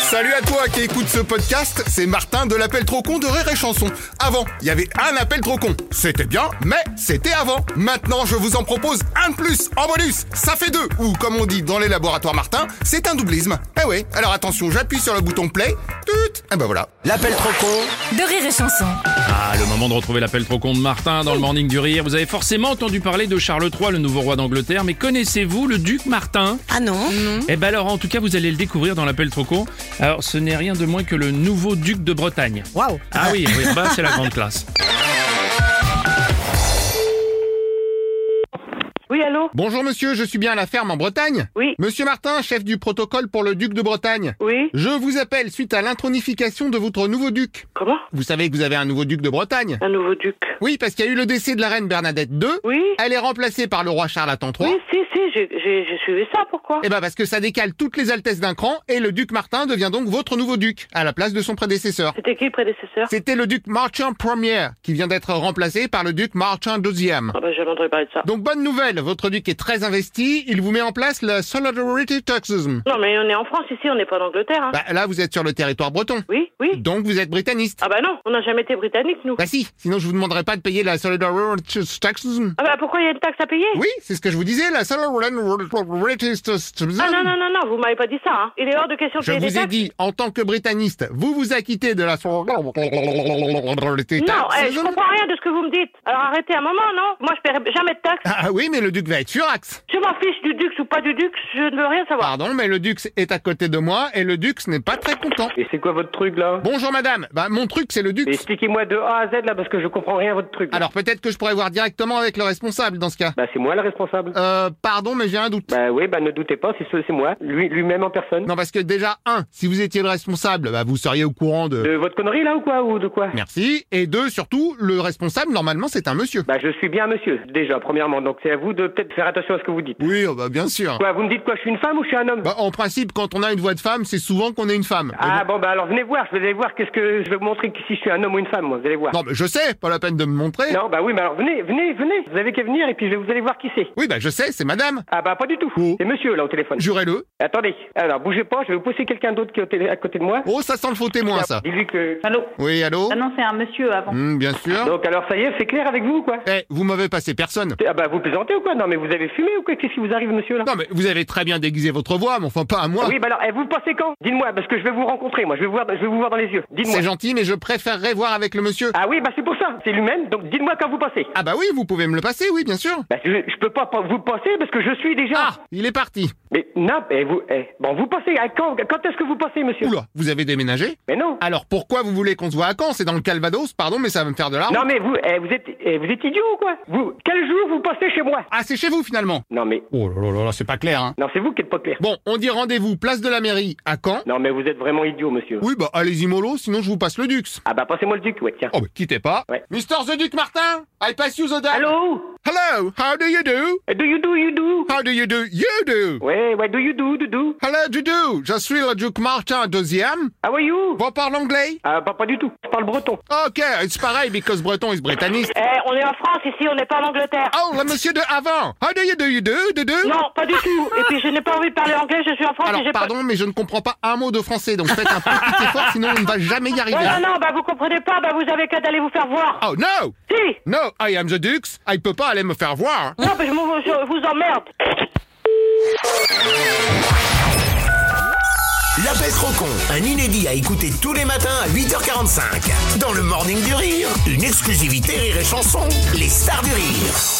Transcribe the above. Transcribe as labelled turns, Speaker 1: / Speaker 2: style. Speaker 1: Salut à toi qui écoute ce podcast, c'est Martin de l'appel trop con de Rire et Chanson. Avant, il y avait un appel trop con. C'était bien, mais c'était avant. Maintenant, je vous en propose un de plus en bonus. Ça fait deux, ou comme on dit dans les laboratoires Martin, c'est un doublisme. Eh ouais, alors attention, j'appuie sur le bouton play. Tut Et ben voilà.
Speaker 2: L'appel trop con
Speaker 3: de rire et chanson.
Speaker 4: Ah, le moment de retrouver l'appel trop con de Martin dans le Morning du Rire. Vous avez forcément entendu parler de Charles III, le nouveau roi d'Angleterre, mais connaissez-vous le duc Martin
Speaker 5: Ah non
Speaker 4: Eh ben alors, en tout cas, vous allez le découvrir dans l'appel trop con. Alors, ce n'est rien de moins que le nouveau duc de Bretagne.
Speaker 5: Waouh
Speaker 4: Ah oui, oui, bah, c'est la grande classe.
Speaker 6: Oui, allô
Speaker 1: Bonjour monsieur, je suis bien à la ferme en Bretagne
Speaker 6: Oui.
Speaker 1: Monsieur Martin, chef du protocole pour le duc de Bretagne.
Speaker 6: Oui
Speaker 1: Je vous appelle suite à l'intronification de votre nouveau duc.
Speaker 6: Comment
Speaker 1: Vous savez que vous avez un nouveau duc de Bretagne
Speaker 6: Un nouveau duc
Speaker 1: Oui, parce qu'il y a eu le décès de la reine Bernadette II.
Speaker 6: Oui
Speaker 1: Elle est remplacée par le roi Charles Attent III.
Speaker 6: Oui, si, si, j'ai- j'ai j'ai suivi ça, pourquoi
Speaker 1: Eh ben parce que ça décale toutes les altesses d'un cran et le duc Martin devient donc votre nouveau duc à la place de son prédécesseur.
Speaker 6: C'était qui le prédécesseur
Speaker 1: C'était le duc Marchand Ier qui vient d'être remplacé par le duc Marchand IIe.
Speaker 6: Ah bah, j'ai entendu parler de ça.
Speaker 1: Donc bonne nouvelle, votre duc est très investi, il vous met en place le Solidarity Taxism.
Speaker 6: Non, mais on est en France ici, on n'est pas en Angleterre, hein
Speaker 1: Bah là vous êtes sur le territoire breton.
Speaker 6: Oui, oui
Speaker 1: Donc vous êtes britanniste.
Speaker 6: Ah bah non, on n'a jamais été britannique, nous
Speaker 1: Bah si, sinon je vous demanderais pas de payer la Solidarity Taxism.
Speaker 6: Ah bah, pourquoi il y a une taxe à payer
Speaker 1: Oui, c'est ce que je vous disais, la Solidarity Taxism.
Speaker 6: Ah non, non, non, non, vous m'avez pas dit ça, hein Il est hors de question de
Speaker 1: Je
Speaker 6: payer des
Speaker 1: vous ai
Speaker 6: taxes
Speaker 1: dit, en tant que britanniste, vous vous acquittez de la...
Speaker 6: Non,
Speaker 1: Non,
Speaker 6: eh, je comprends rien de ce que vous me dites Alors arrêtez un moment, non Moi, je paierai jamais de taxes
Speaker 1: Ah oui, mais le duc va être furax.
Speaker 6: Je m'en fiche du dux ou pas du dux, je ne veux rien savoir
Speaker 1: Pardon, mais le duc est à côté de moi et le duc n'est pas très content.
Speaker 7: Et c'est quoi votre truc là
Speaker 1: Bonjour madame, bah mon truc c'est le
Speaker 7: Mais
Speaker 1: duc.
Speaker 7: Expliquez-moi de A à Z là parce que je comprends rien à votre truc. là.
Speaker 1: Alors peut-être que je pourrais voir directement avec le responsable dans ce cas.
Speaker 7: Bah c'est moi le responsable.
Speaker 1: Euh, pardon, mais j'ai un doute.
Speaker 7: Bah oui, bah ne doutez pas, c'est c'est moi, lui lui-même en personne.
Speaker 1: Non, parce que déjà, un, si vous étiez le responsable, bah vous seriez au courant
Speaker 6: Euh.
Speaker 1: de...
Speaker 7: De votre connerie là ou quoi ou de quoi
Speaker 1: Merci. Et deux, surtout, le responsable, normalement, c'est un monsieur.
Speaker 7: Bah je suis bien monsieur déjà premièrement donc c'est à vous de peut-être faire attention à ce que vous dites.
Speaker 1: Oui, oh, bah bien sûr.
Speaker 7: Quoi, vous me dites quoi, je suis une femme ou je suis un homme
Speaker 1: Bah en principe, quand on a une voix de femme, c'est souvent qu'on est une femme. Mais
Speaker 7: Ah bon bah alors venez voir, je vais aller voir qu'est-ce que je vais vous montrer si je suis un homme ou une femme, moi, vous allez voir.
Speaker 1: Non, mais je sais, pas la peine de me montrer.
Speaker 7: Non, bah oui, mais alors venez, venez, venez, vous avez qu'à venir et puis je vais vous allez voir qui c'est.
Speaker 1: Oui, bah je sais, c'est madame.
Speaker 7: Ah bah pas du tout.
Speaker 1: Oh.
Speaker 7: C'est monsieur là au téléphone.
Speaker 1: Jurez-le.
Speaker 7: Attendez. Alors bougez pas, je vais vous pousser quelqu'un d'autre qui est au télé- à côté de moi.
Speaker 1: Oh, ça sent le faux témoin, ça.
Speaker 7: Dis-lui que
Speaker 8: Allô
Speaker 1: Oui, allô
Speaker 8: Ah non, c'est un monsieur avant.
Speaker 1: Hmm, Bien sûr.
Speaker 7: Donc alors ça y est, c'est clair avec vous ou quoi
Speaker 1: Eh, vous m'avez passé personne.
Speaker 7: Ah bah vous plaisantez ou quoi Non mais vous avez fumé ou quoi Qu'est-ce qui vous arrive monsieur là
Speaker 1: Non, mais vous avez très bien déguisé votre voix, mais enfin pas à moi.
Speaker 7: Oui bah alors eh, vous pensez quand Dites-moi parce que je vais vous rencontrer moi, je vais vous voir, je vais vous voir dans les yeux. Dites-moi.
Speaker 1: C'est gentil, mais je préférerais voir avec le monsieur.
Speaker 7: Ah oui bah c'est pour ça, c'est lui-même. Donc dites-moi quand vous passez.
Speaker 1: Ah bah oui, vous pouvez me le passer, oui, bien sûr.
Speaker 7: Bah je, je peux pas pas vous passer parce que je suis déjà.
Speaker 1: Ah, il est parti.
Speaker 7: Mais non, eh, vous eh, bon vous passez à quand Quand est-ce que vous passez monsieur
Speaker 1: Oula, vous avez déménagé
Speaker 7: Mais non.
Speaker 1: Alors pourquoi vous voulez qu'on se voit à Caen C'est dans le Calvados, pardon, mais ça va me faire de l'argent.
Speaker 7: Non mais vous eh, vous êtes eh, vous êtes idiot ou quoi Vous quel jour vous passez chez moi
Speaker 1: Ah, c'est chez vous finalement.
Speaker 7: Non mais
Speaker 1: Oh là là là là, c'est pas clair, hein.
Speaker 7: non c'est vous qui êtes pas clair.
Speaker 1: Bon, on dit rendez-vous place de la mairie à Caen.
Speaker 7: Non mais vous êtes vraiment idiot monsieur.
Speaker 1: Oui, bah allez-y mollo, sinon je vous passe le Dux.
Speaker 7: Ah bah passez-moi le duc ouais tiens.
Speaker 1: Oh, mais quittez pas.
Speaker 7: Ouais.
Speaker 1: Mr. The Duke Martin, I pass you the dial.
Speaker 7: Hello
Speaker 1: Hello, how do you do?
Speaker 7: Eh, Do you do you do
Speaker 1: How do you do? You do.
Speaker 7: Ouais ouais do you do do do
Speaker 1: Hello, do do. Je suis le Duc Martin deuxième.
Speaker 7: How are you
Speaker 1: Vous parlez anglais?
Speaker 7: Ah, pas, pas du tout. Je parle breton.
Speaker 1: Ok, it's pareil because Breton is Bretoniste.
Speaker 6: Eh, on est en France ici, on n'est pas en Angleterre
Speaker 1: Oh, le monsieur de avant. How do you do? You do? Do do?
Speaker 6: Non, pas du tout Et puis je n'ai pas envie de parler anglais, je suis en France
Speaker 1: Alors,
Speaker 6: et j'ai pas...
Speaker 1: pardon, mais je ne comprends pas un mot de français, donc faites un petit effort, sinon on ne va jamais y
Speaker 6: Ouais, non,
Speaker 1: arriver.
Speaker 6: non, bah vous comprenez pas, bah vous avez qu'à d'aller vous faire voir
Speaker 1: Oh, no!
Speaker 6: Si
Speaker 1: No, I am the Dux. I peut pas aller me faire voir.
Speaker 6: Non, mais je m'en- je vous emmerde
Speaker 2: L'appel trop con, un inédit à écouter tous les matins à 8h45. Dans le Morning du Rire, une exclusivité Rire et Chanson, les stars du rire.